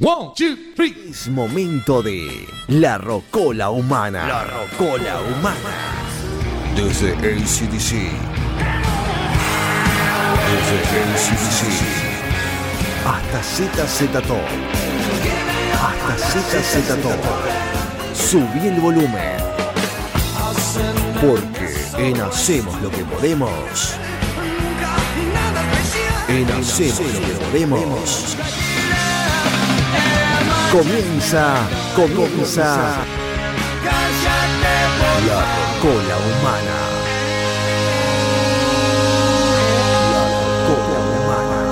One, two, three. Es momento de la rocola humana. La rocola humana. Desde ACDC. Desde ACDC. Hasta ZZ Top. Hasta ZZ Top. Subí el volumen. Porque en Hacemos lo que podemos. En Hacemos lo que podemos. Comienza, comienza la cola humana. La cola humana.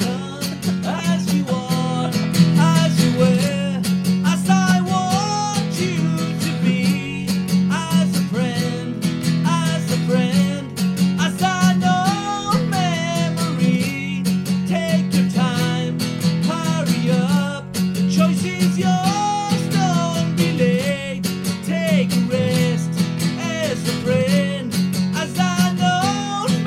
As you are, as you were, as I want you to be, as a friend, as a friend, as I know memory. Take your time, hurry up. The choice is yours, don't be late. Take a rest, as a friend, as I know memory.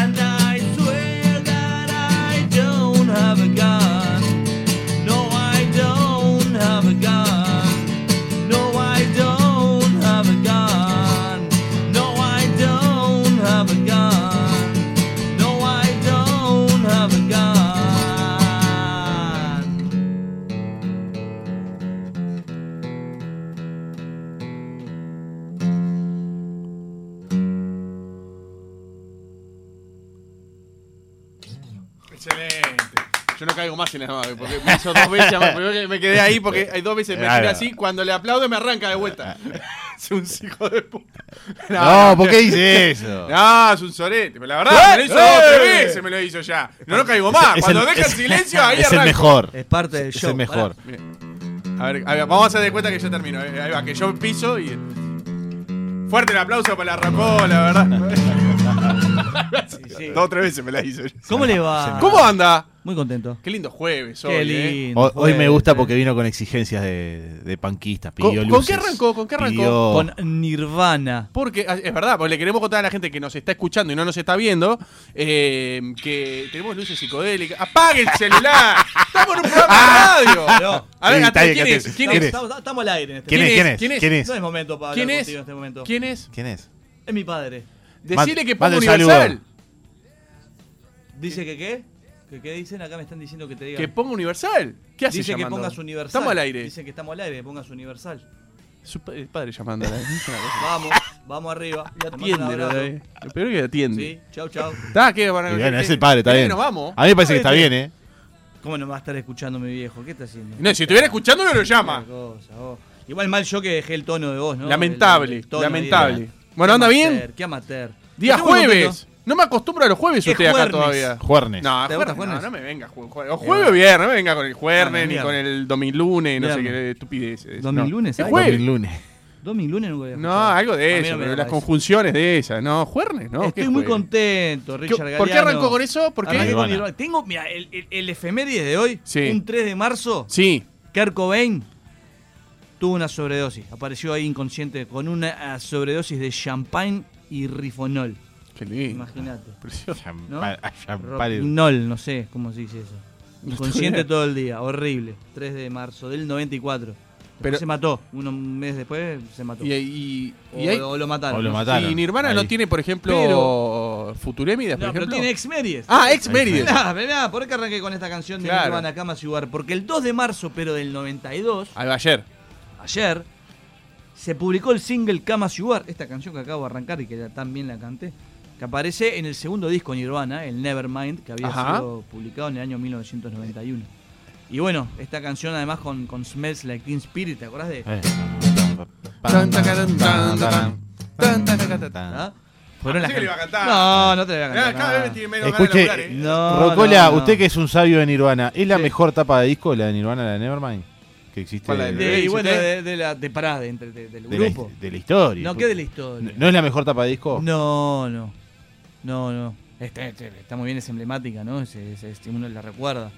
And I swear that I don't have a gun. No, I don't have a gun. No, I don't have a gun. No, I don't have a gun. No, I don't have a gun. Excelente. Yo no caigo más en las manos, porque me hizo dos veces. más, pero yo me quedé ahí porque hay dos veces me Claro. gira así. Cuando le aplaudo, me arranca de vuelta. Ah, es un hijo de puta. No, Ah, ¿por qué dice eso? No, es un sorete. Pero la verdad, me lo hizo dos ¡Eh! tres veces, me lo hizo ya. No, no caigo más. Es Ah, Cuando el- deja el es- silencio, ahí Es arranco. el mejor. Es parte del Es show. el mejor. A ver, a ver, vamos a hacer de cuenta que yo termino. eh. Ahí va, que yo piso y. Fuerte el aplauso para la Rocola, ¿verdad? Dos o tres veces me la hizo. ¿Cómo le va? ¿Cómo anda? Muy contento. Qué lindo jueves hoy, Qué eh. lindo. Hoy, hoy me jueves, gusta eh. porque vino con exigencias de, de panquistas. ¿Con- pidió con luces, qué arrancó? ¿Con qué arrancó? pidió- Con Nirvana. Porque ah, es verdad, porque le queremos contar a la gente que nos está escuchando y no nos está viendo eh, que tenemos luces psicodélicas. ¡Apague el celular! ¡Estamos en un programa de radio! A ver, Ah. Sí, atrás, está bien, ¿quién que es? te- ¿Quién ¿Quién es? es? Estamos, estamos al aire en este ¿Quién es? ¿Quién ¿Quién es? es? ¿Quién es? No es momento para hablar ¿Quién es? contigo en este momento. ¿Quién es? ¿Quién es? Es mi padre. Decirle que ponga mande un Universal. Dice que qué? ¿Que qué dicen? Acá me están diciendo que te diga. Que ponga Universal. ¿Qué hace Dice que llamando? pongas universal. Estamos al aire. Dice que estamos al aire, pongas universal. Su pa- el padre llamando. ¿eh? Es una cosa. Vamos, vamos arriba. Te mando un Atiende, abrazo. ¿verdad, eh? Lo peor es que atiende. Sí, chau, chau. Está, ¿qué? Van a- Y bueno, ¿qué? es el padre, está ¿Querés bien. que nos vamos. A mí me parece que está bien, ¿eh? ¿Cómo no va a estar escuchando mi viejo? ¿Qué está haciendo? No, si estuviera escuchándolo, lo llama. Qué cosa, vos. Igual mal yo que dejé el tono de voz, ¿no? Lamentable, El- el tono lamentable. ahí, ¿no? Bueno, Qué ¿anda amateur, bien? Qué amateur. Día Yo tengo un jueves. No me acostumbro a los jueves Es usted acá juernes. todavía. Juernes. No, ¿Te juernes, gusta juernes? no, no me venga jue- Eh, jue- O jueves o viernes, no me venga con el No, jueves, no, ni mierda. con el dominlunes, no sé Ah, Viernes. qué estupideces. ¿Dominlunes? Ah, No, es Ay, jueves. Domingo, lunes. Dominlunes nunca había No, escuchado. algo A de mí eso, no me pero agrada las eso. conjunciones de esas. No, juernes, ¿no? ¿qué Estoy muy jueves? contento, Richard ¿Qué- Galeano. ¿Por qué arrancó con eso? ¿Por Arranqué qué? con Nirvana. Nirvana. Tengo, mira, el, el, el efeméride de hoy, Sí. un 3 de marzo, Sí, Kurt Cobain tuvo una sobredosis. Apareció ahí inconsciente con una ah, sobredosis de champagne y rifonol. qué lindo. Imagínate. Precioso. ¿No? Champal- Nol, no sé cómo se dice eso. Inconsciente estoy- todo el día, horrible. 3 de marzo del 94. Después Pero- se mató, Uno- un mes después se mató. Y, y, o, y, hay- o lo mataron. O lo no sé. mataron. y Nirvana no Ahí. tiene, por ejemplo, Futuremida, por No, pero ejemplo. tiene ex-meries. Ah, ex Merides. Mirá, mirá, por qué arranqué con esta canción de Claro. Nirvana Kama Sugar, porque el 2 de marzo, pero del 92, Ahí va ayer. Ah. ayer, se publicó el single Kama Sugar, esta canción que acabo de arrancar y que ya tan bien la canté, que aparece en el segundo disco Nirvana, el Nevermind, que había Ajá. sido publicado en el año 1991. Y bueno, esta canción además con, con Smells Like Teen Spirit, ¿te acordás de? Eh. Tan, tan, tan, tan, tan, tan, tan, tan, tan, tan. ¿Ah? Fueron Pensé que le iba a cantar. No, no te la voy a Mirá, cantar. Cada no. vez me tiene menos ganas de Escuche, laburar, ¿eh? No, Rocola, no, no. usted que es un sabio de Nirvana, ¿es la Sí. mejor tapa de disco la de Nirvana, la de Nevermind? Que que existe ¿Cuál la del- de- De, y ¿Hiciste? bueno, de, de la de pará, de entre- de- del de la, grupo. de la historia. No, ¿qué de la historia? ¿No es la mejor tapa de disco? No, no. No, no. Está, está- está muy bien, es emblemática, ¿no? Es- es- es- uno la recuerda.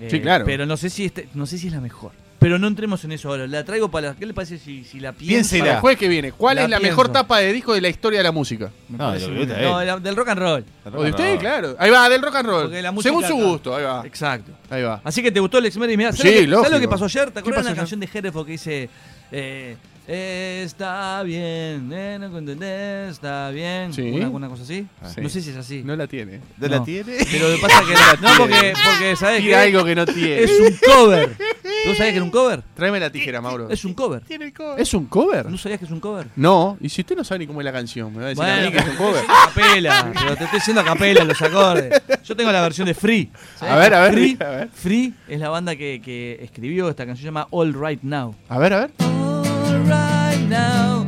Eh, Sí, claro. Pero no sé si este- no sé si es la mejor. Pero no entremos en eso ahora. La traigo para. ¿Qué le parece si, si la piensa? Piénsela. Para el jueves que viene, ¿cuál La es la pienso. mejor tapa de disco de la historia de la música? No, de lo que gusta No, es. la- del rock and roll. O de usted, claro. Ahí va, del rock and roll. Porque la música Según su acá- gusto, ahí Ah. va. Exacto. Ahí va. Así que te gustó Lex Mery. Mirá, ¿sabes, Sí, lo que, ¿sabes lo lógico. que pasó ayer? ¿Te acuerdas pasó de una ayer? canción de Hereford que dice. eh, está bien, eh, no entendés, está bien. Sí. Ah. Una, una cosa así. Sí. No sé si es así. No la tiene. ¿De No. la tiene? Pero lo que pasa es que. no, porque, porque ¿sabes Tira qué? algo que no tiene. Es un cover. ¿Tú sabías que era un cover? Tráeme la tijera, Mauro. Es un cover. ¿Es un cover? ¿No sabías que es un cover? No, y si usted no sabe ni cómo es la canción, me va a decir a mí que es un pero te cover. estoy diciendo a capela, pero te estoy diciendo a capela los acordes. Yo tengo la versión de Free. ¿sabés? A ver, a ver, Free, a ver. Free es la banda que, que escribió esta canción, se llama All Right Now. A ver, a ver. All right now.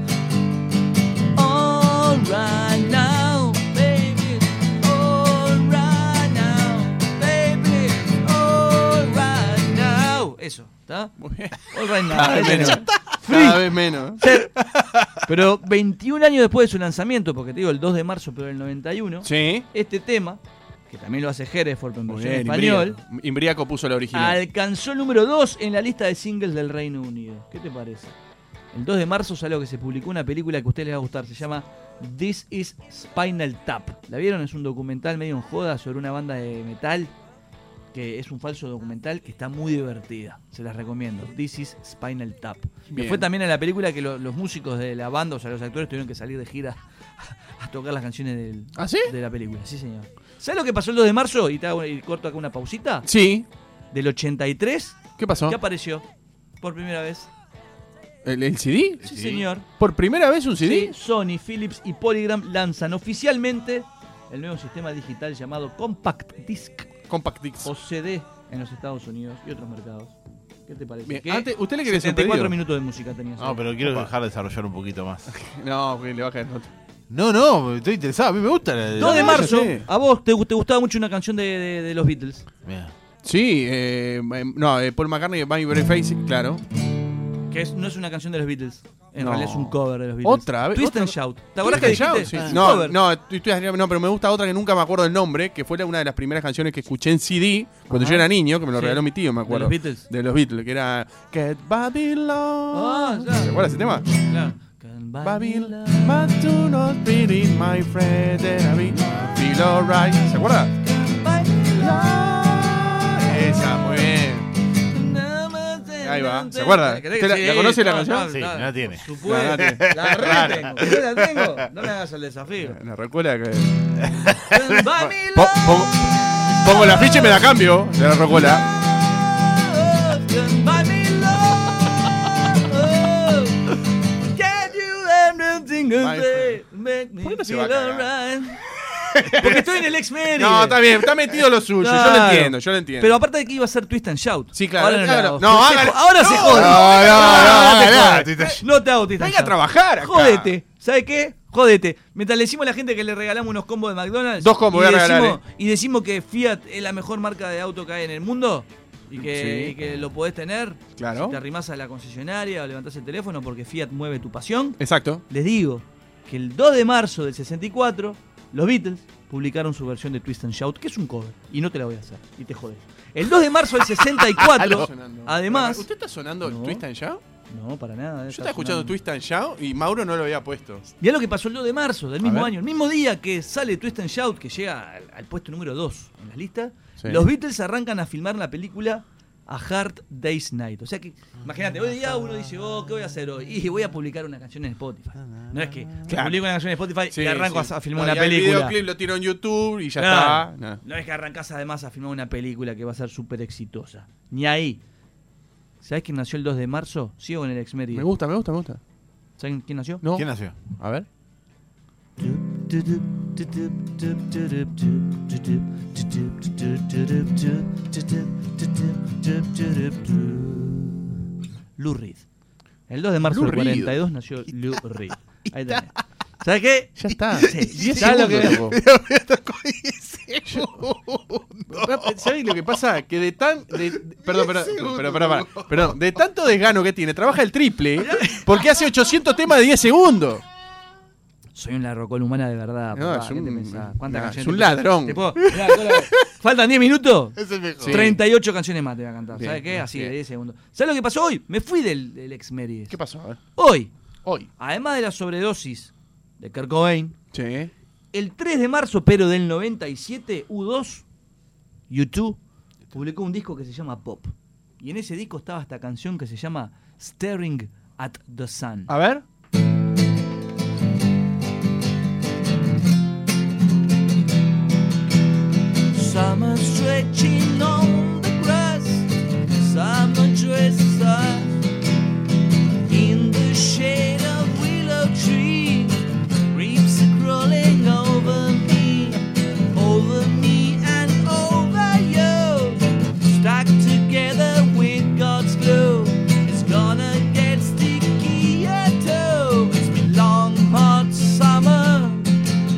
All right now, baby. All right now, baby. All right now. Eso, ¿está? Muy bien. All right now. Cada vez ese menos. no. Cada vez menos. Ser. Pero 21 años después de su lanzamiento, porque te digo el 2 de marzo, pero del 91, Sí. este tema, que también lo hace Hereford en Muy versión bien, español, Imbriaco. Imbriaco puso la original. alcanzó el número 2 en la lista de singles del Reino Unido. ¿Qué te parece? El 2 de marzo salió que se publicó una película que a ustedes les va a gustar, se llama This is Spinal Tap. ¿La vieron? Es un documental medio en joda sobre una banda de metal que es un falso documental que está muy divertida. Se las recomiendo. This is Spinal Tap. Que Bien. fue también en la película que lo- los músicos de la banda, o sea, los actores tuvieron que salir de gira a tocar las canciones del, ¿Ah, sí? de la película. Sí, señor. ¿Sabes lo que pasó el 2 de marzo? Y, te hago- y corto acá una pausita. Sí. Del 83, ¿Qué pasó? ¿qué apareció? Por primera vez. ¿El, el CD? Sí, señor. ¿Por primera vez un Sí, CD? Sony, Philips y Polygram lanzan oficialmente el nuevo sistema digital llamado Compact Disc Compact Disc. o CD en los Estados Unidos y otros mercados. ¿Qué te parece? Bien, ¿Qué? antes- ¿usted le quiere hacer un 74 pedido? minutos de música tenías. No, pero quiero dejar desarrollar un poquito más. No, que le va a caer nota. No, no, estoy interesado. A mí me gusta la 2 de la- marzo, sé. a vos te, gu- te gustaba mucho una canción de, de- de los Beatles. Mira. Sí, eh, no, eh, Paul McCartney y My Brave Face, claro. Que es- no es una canción de los Beatles. En No. realidad es un cover de los Beatles. Otra vez, Twist otra- and Shout. ¿Te acordás que Twist and dijiste? Shout, Es sí. un No, cover. no, estoy- estoy- no, pero me gusta otra que nunca me acuerdo el nombre, que fue la- una de las primeras canciones que escuché en CD cuando Ajá. yo era niño, que me lo Sí. regaló mi tío, me ¿De acuerdo. los Beatles? De los Beatles, que era Get Babylon. Ah, ya. ¿Se acuerdas ese tema? Claro. Can buy me Babylon, love. but do not believe my friend that I will feel alright. ¿Se acuerda? Esa, muy bien. Ahí va, ¿se acuerda? ¿Querés ¿Usted la- que- la conoce la canción? Sí, no la tiene. por supuesto. No, no la La re tengo. ¿Querés la tengo? No me hagas el desafío. La recuela que. Can buy me Po- pongo, pongo la ficha y me la cambio de la rocola. love, can buy me love. Can you everything you My say? Make me ¿Por qué no se va a feel alright. Porque estoy en el ex Mary. No, está bien, está metido lo suyo. Yo lo Claro. entiendo, yo lo entiendo. Pero aparte de que iba a ser Twist and Shout. Sí, claro, Ahora claro. no, No, no, hágale. Ahora se jode. no, No, no, no, no, no, estoy- estoy- No te hago Twist and Venga a Shout. trabajar acá. Jódete. ¿Sabe qué? Jódete. Mientras le decimos a la gente que le regalamos unos combos de McDonald's. Dos combos, y voy a regalar, eh. decimos, y decimos que Fiat es la mejor marca de auto que hay en el mundo. Y que, Sí. y que lo podés tener. Claro. Si te arrimás a la concesionaria o levantás el teléfono porque Fiat mueve tu pasión. Exacto. Les digo que el 2 de marzo del 64, los Beatles publicaron su versión de Twist and Shout, que es un cover. Y no te la voy a hacer. Y te jodes. El 2 de marzo del 64, además. ¿Usted está sonando No. el Twist and Shout? No, para nada. eh, Yo estaba escuchando Twist and Shout y Mauro no lo había puesto. Mirá lo que pasó el 2 de marzo del mismo ver. año, el mismo día que sale Twist and Shout, que llega al, al puesto número 2 en la lista, Sí. los Beatles arrancan a filmar la película A Hard Day's Night. O sea que, imagínate, hoy día uno dice, oh, ¿qué voy a hacer hoy? Y voy a publicar una canción en Spotify. No es que publico una canción en Spotify Sí, y arranco sí. a, a filmar No, una y al película. videoclip lo tiro en YouTube y ya Claro. está. Nah. No es que arrancás además a filmar una película que va a ser súper exitosa. Ni ahí. ¿Sabés quién nació el 2 de marzo? Sigo en el ex Me gusta, me gusta, me gusta. ¿Saben quién nació? No. ¿Quién nació? A ver. Lou Reed. El 2 de marzo Lou del Reed. 42 nació Lou Reed. Ahí tenés. ¿Sabes qué? Ya está. Sí, Diez ya lo segundos que- tocó. ¿Sabes lo que pasa? Que de tan. de- de- perdón, perdón, pero, pero, para, perdón. De tanto desgano que tiene, trabaja el triple. Porque hace 800 temas de 10 segundos. Soy un larrocol humana de verdad. No, papá, es ¿qué te un- pensás? ¿Cuántas no, es canciones un te- ladrón. te puedo- Mirá, Cola, ¿Faltan 10 minutos? Es el mejor. Sí. 38 canciones más te voy a cantar. Bien, ¿Sabes qué? bien, Así, bien. de 10 segundos. ¿Sabes lo que pasó hoy? Me fui del, del ex Meries. ¿Qué pasó? A ver. Hoy, Hoy. además de la sobredosis de Kurt Cobain, Sí. el 3 de marzo, pero del 97, U2, YouTube, publicó un disco que se llama Pop. Y en ese disco estaba esta canción que se llama Staring at the Sun. A ver. Summer stretching on the grass, summer dresses are in the shade of willow tree. Reefs are crawling over me, over me and over you. Stuck together with God's glue, it's gonna get stickier too. It's been long hot summer.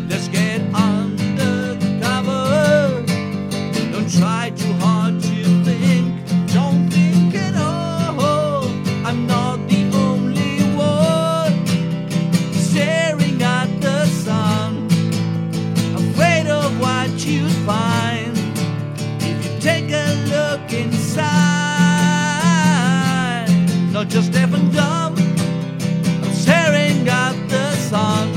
Let's get under cover. Don't try too hard to think. Don't think at all. I'm not the only one staring at the sun. Afraid of what you find if you take a look inside. Not just deaf and dumb. I'm staring at the sun.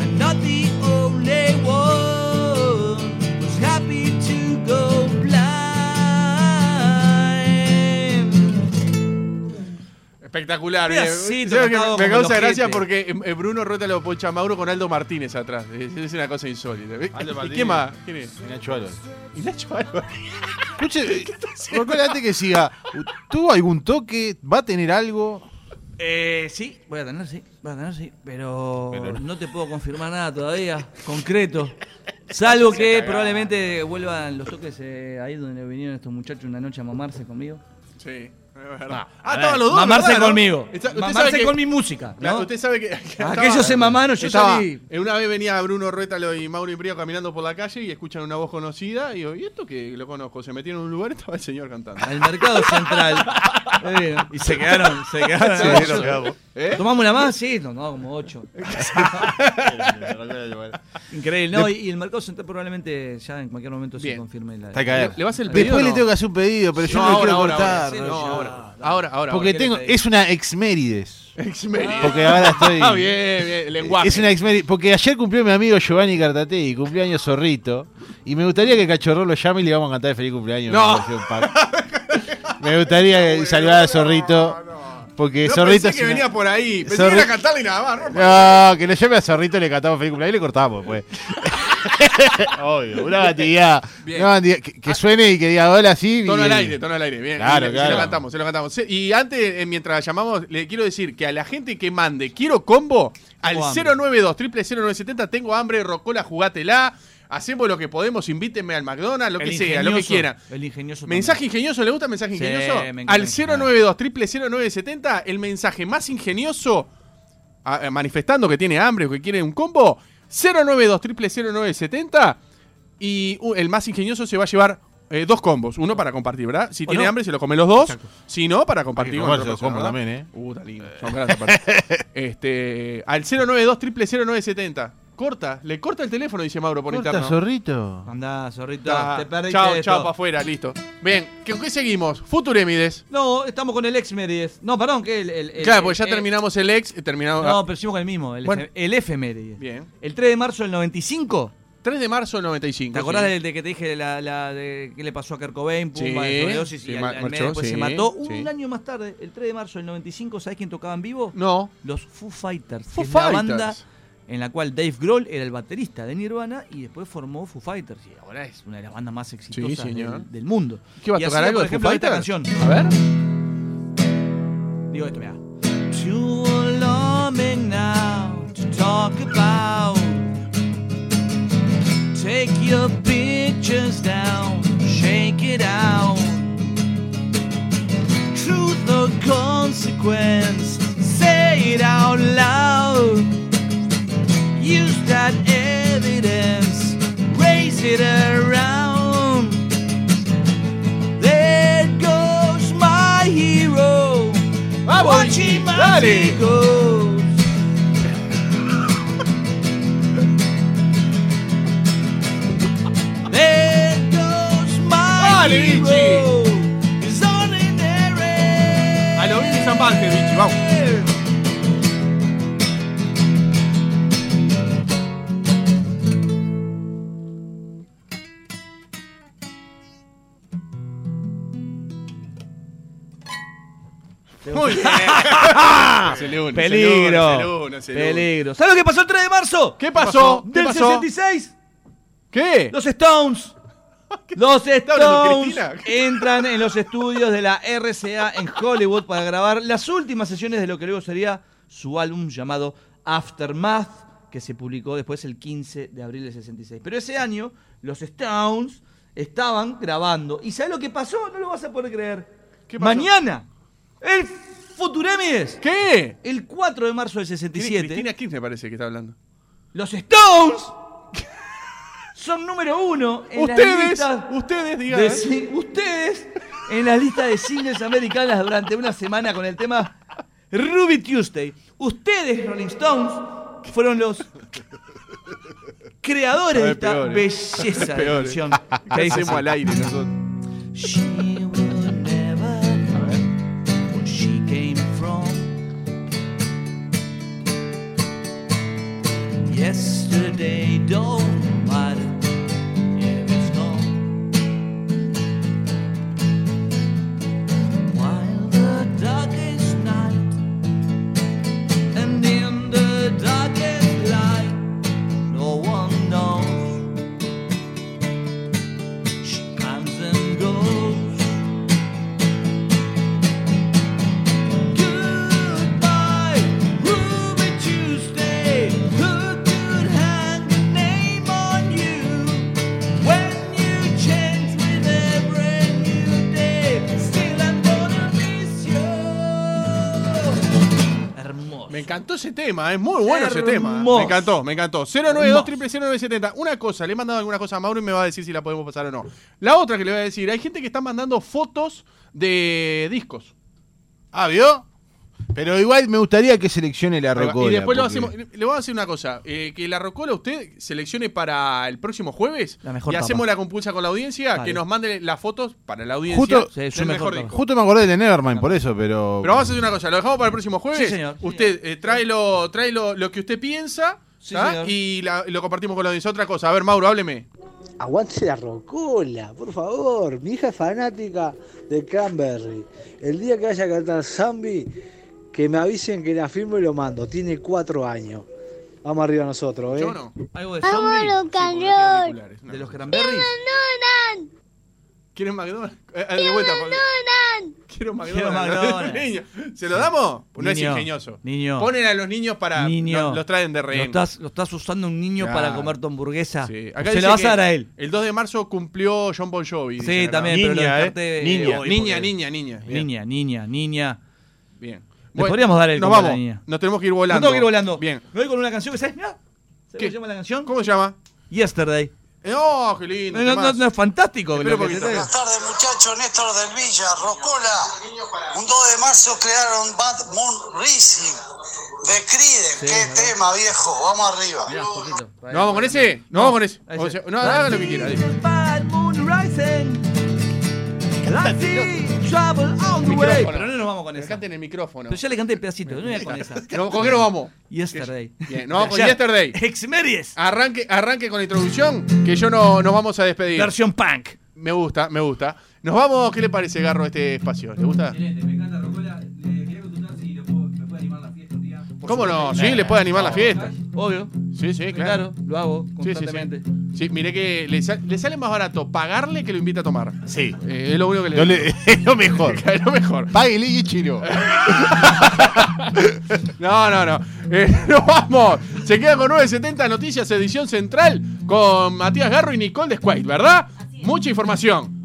I'm not the only one who's happy to go blind. Espectacular. eh. Pedacito, bien. ¿Sabes qué? tocado como me el causa ojete. gracia porque eh, Bruno rota lo pocha Mauro con Aldo Martínez atrás. Es, es una cosa insólita. Aldo ¿Y Martínez. qué más? ¿Quién es? Nacho Álvarez. ¿Y Nacho Álvarez? Escuche, Rocola, antes que siga, ¿tuvo algún toque? ¿Va a tener algo? Eh, sí, voy a tener, sí, voy a tener, sí, pero, Pero no. no te puedo confirmar nada todavía, concreto. Salvo que probablemente vuelvan los toques eh, ahí donde vinieron estos muchachos una noche a mamarse conmigo. Sí. es verdad. A Ah, ver, estaban los dos. Mamarse ¿verdad, no? conmigo. Está- usted mamarse sabe que- con mi música. ¿no? Claro, Usted sabe que. que Aquellos estaba- se mamaron, yo estaba- salí. eh, Una vez venía Bruno Rétalo y Mauro Imprío caminando por la calle y escuchan una voz conocida. Y digo, ¿y esto que lo conozco? Se metieron en un lugar y estaba el señor cantando. Al mercado central. Eh, y se quedaron, se quedaron. Sí, nos quedamos. ¿Eh? ¿Tomamos una más? Sí, no, no, como ocho. Increíble, ¿no? Y, y el mercado central probablemente ya en cualquier momento se Bien. confirme la. Está ¿Le, caer. le vas el pedido? Después o le no? tengo que hacer un pedido, pero yo No, no lo ahora, quiero ahora, cortar. ahora. Sí, Rocola. No, ya. ahora. Ahora, ahora. Porque ¿qué tengo, le pedís? es una exmérides. X-Men. Porque ahora estoy. Ah, bien, bien. Lenguaje. Es una exmeri- Porque ayer cumplió mi amigo Giovanni Cartategui, cumpleaños zorrito. Y me gustaría que Cachorro lo llame y le vamos a cantar el feliz cumpleaños. No. Me pareció un pack. Me gustaría saludar a Zorrito. Porque No Zorrito. pensé es que una- venía por ahí. Pensé Zorri- que era cantarle y nada más. Rafa. No, que lo llame a Zorrito, le cantamos feliz cumpleaños y le cortamos, pues. Obvio, una batida. Bien. Ah. que, que suene y que diga hola así. Tono y- al aire, tono al aire, bien. Claro, Y le- claro. Se lo cantamos, se lo cantamos. Se- Y antes, eh, mientras llamamos, le quiero decir que a la gente que mande Quiero Combo al Tengo hambre. 092 0970 tengo hambre, Rocola, jugátela. Hacemos lo que podemos, invítenme al McDonald's, lo que El sea, lo que ingenioso, quieran. El ingenioso. ¿Mensaje también. ingenioso? ¿Le gusta el mensaje Sí, ingenioso? me encanta. Al 092 0970 el mensaje más ingenioso, ah, eh, manifestando que tiene hambre o que quiere un combo, 092 0970 y uh, el más ingenioso se va a llevar eh, dos combos. Uno para compartir, ¿verdad? Si ¿O tiene no? hambre, se lo comen los dos. Si no, para compartir. Hay que con otra comerse los persona, combos ¿verdad? también, ¿eh? Uh, está lindo. Son grandes aparte. este, al 092 0970 Corta, le corta el teléfono, dice Mauro por Corta, interno. Zorrito. Andá, zorrito, Está. te perdiste Ah, Chao, esto. chao, para afuera, listo. Bien, ¿con qué seguimos? Futuremides. No, estamos con el ex Meries. No, perdón, que el, el- el- claro, porque ya el- terminamos el ex, eh, terminamos. No, pero hicimos con el mismo, el, Bueno. efe- el F Meries. Bien. El 3 de marzo del 95. 3 de marzo del 95. ¿Te acordás sí. del de que te dije la, la de qué le pasó a Kurt Cobain? Pum, Sí, va de sobredosis sí, y al, ma- al mes marchó, después se sí, mató. sí. Un año más tarde, el 3 de marzo del 95, ¿sabés quién tocaba en vivo? No. Los Foo Fighters. que Foo es Fighters. La banda en la cual Dave Grohl era el baterista de Nirvana y después formó Foo Fighters. Y ahora es una de las bandas más exitosas señor. del, del mundo. ¿Qué va a Y tocar hacía, algo por de Foo ejemplo, esta Fighters? canción. A ver. Digo esto, mirá. Too alarming now to talk about. Take your pictures down, shake it out. Truth or consequence, say it out loud. Use that evidence, raise sit around. There goes my hero. Watching my dale. goes. There goes my Dale, Vinci. hero. He's on an errand. A lo Vicky Zambante, Vichy, vamos. Muy bien. Es el uno, es el uno, es el Peligro. uno, es el uno. Peligro. ¿Sabes lo que pasó el 3 de marzo? ¿Qué pasó? ¿Qué Del pasó? 66. ¿Qué? Los Stones. Los hablando Stones Cristina? entran en los estudios de la RCA en Hollywood para grabar las últimas sesiones de lo que luego sería su álbum llamado Aftermath, que se publicó después el 15 de abril del 66. Pero ese año, los Stones estaban grabando. ¿Y sabes lo que pasó? No lo vas a poder creer. ¿Qué pasó? Mañana, el Futurémides, ¿Qué? el 4 de marzo del Tiene 67. Cristina Kirchner parece que está hablando. Los Stones son número uno en las Ustedes, listas ustedes digan. de ¿eh? si- ustedes en la lista de singles americanas durante una semana con el tema Ruby Tuesday. Ustedes, Rolling Stones, fueron los creadores de Cada vez peores. esta belleza de Peores. canción. ¿Qué hacemos al aire nosotros? She will never know where she came from. Yesterday don't matter if it's gone. While the darkest night and in the darkest light, no one knows. She comes and goes. Goodbye, Ruby Tuesday. Who could hang a name on you when you change with every new day? Still, I'm gonna miss you. Hermoso. Me encantó ese tema, es muy bueno ese tema. Hermoso. Me encantó, me encantó. 092 0970 Una cosa, le he mandado alguna cosa a Mauro y me va a decir si la podemos pasar o no. La otra que le voy a decir, hay gente que está mandando fotos de discos. Ah, ¿vio? Pero igual me gustaría que seleccione la rocola. y después lo porque- hacemos. Le voy a decir una cosa, eh, que la rocola usted seleccione para el próximo jueves La mejor y tapa. hacemos la compulsa con la audiencia, Vale. que nos mande las fotos para la audiencia Justo- Sí, del es un mejor mejor tapa. disco. Justo me acordé de Nevermind, por eso, pero. Pero vamos a hacer una cosa, lo dejamos para el próximo jueves. Sí, señor. Usted eh, trae, lo, trae lo, lo que usted piensa Sí, ¿tá? señor. y la- lo compartimos con la audiencia. Otra cosa, a ver, Mauro, hábleme. Aguante la rocola, por favor. Mi hija es fanática de Cranberry. El día que vaya a cantar Zambi, que me avisen que la firmo y lo mando. Tiene cuatro años. Vamos arriba nosotros, ¿eh? Yo no. Algo de Vamos, zombie, los cangrón. auriculares, no. de los cranberries. Donan, ¿Quieren McDonald's? Eh, eh, de vuelta, Pablo. donan. Quiero Quiero McDonald's. McDonald's. Niño. ¿Se lo damos? Pues No es Niño, ingenioso. niño. Ponen a los niños para. Niño. no- los traen de Lo rehén. estás, lo estás usando a un niño Claro. para comer tu hamburguesa. Sí. O Acá Se dice la vas que a dar a él. El 2 de marzo cumplió John Bon Jovi. dicen Sí, acá. también, pero lo Niña, descarté, eh. eh, Niña, hoy niña, porque- niña, niña. Bien. Niña, niña, niña. Bien. Le podríamos dar el Nos combo a la vamos. niña. Nos tenemos que ir No volando. tengo que ir volando. Bien. Me voy con una canción que sabes, mirá. ¿Sabés ¿Qué? ¿Cómo se llama la canción? ¿Cómo se llama? Yesterday. Eh, ¡Oh, qué lindo! No, no, no, temazo. no es fantástico. Espera lo que un se poquito. trae. Buenas tardes muchachos, Néstor del Villa, Rocola. Un 2 de marzo crearon Bad Moon Rising de Creedence. Qué tema viejo, vamos arriba. Mirá, poquito. ¿Nos vamos con ese? ¿Nos vamos con ese? Ahí O sí. sea, No, hagan lo que quieran. dale. Bad moon rising. And I see trouble on the way. Micrófono. Pero no nos vamos con esa. Canten el micrófono. Pero ya le canté el pedacito, no voy a con esa. No, ¿Con qué nos vamos? Yesterday. Bien, nos vamos con Ayer. Yesterday. Exmeries. Arranque, arranque con la introducción, que yo no nos vamos a despedir. Versión punk. Me gusta, me gusta. Nos vamos, ¿qué le parece, Garro, este espacio? ¿Le gusta? Excelente, me encanta Rocola. Le quería consultar si le puedo- me puede animar la fiesta un día. ¿Cómo no? Sí, le puede animar la fiesta. Obvio. Sí, sí, claro. Claro, lo hago Sí, sí, constantemente. sí. Sí, miré que le, sa- le sale más barato pagarle que lo invita a tomar. Sí. Eh, es lo único que le Yo le- es lo mejor. Es lo mejor. Páguele y chino. No, no, no. Eh, nos vamos. Se queda con 970 Noticias, edición central, con Matías Garro y Nicole Desquite, ¿verdad? Mucha información.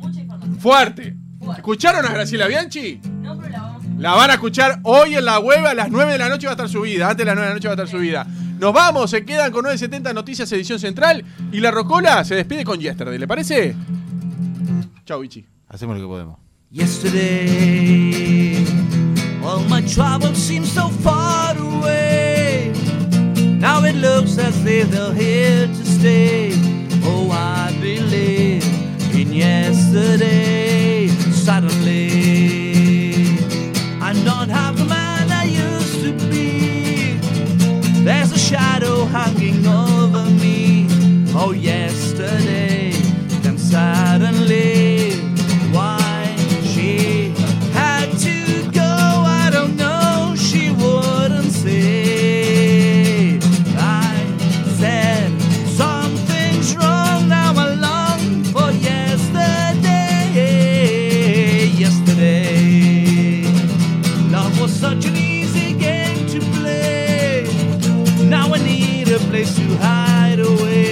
Fuerte. ¿Escucharon a Graciela Bianchi? No, pero la vamos a La van a escuchar hoy en la web a las 9 de la noche va a estar subida. Antes de las 9 de la noche va a estar subida. Nos vamos, se quedan con 970 Noticias Edición Central y la Rocola se despide con Yesterday, ¿le parece? Chau, Ichi. Hacemos lo que podemos. Yesterday, all my troubles seem so far away. Now it looks as if they're here to stay. Oh, I believe in yesterday. Suddenly, I'm not half the man I used to be. There's a shadow hanging over me. Oh, yesterday, then suddenly, why she had to go, I don't know. She wouldn't say. I said something's wrong. Now I long for yesterday. Yesterday. Love was such an easy game to play. Now I need a place to hide away.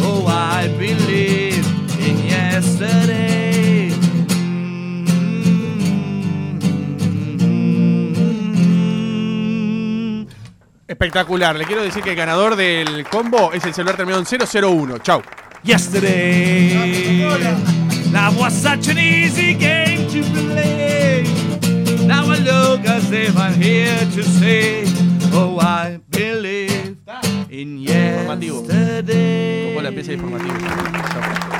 Oh, I believe in yesterday. Espectacular, le quiero decir que el ganador del combo es el celular terminado en 001. Chau. Yesterday, love was such an easy game to play. Now I look as if I'm here to say, Oh, I believe in Informativo. yesterday. Tocó la pieza de informativo. Chau.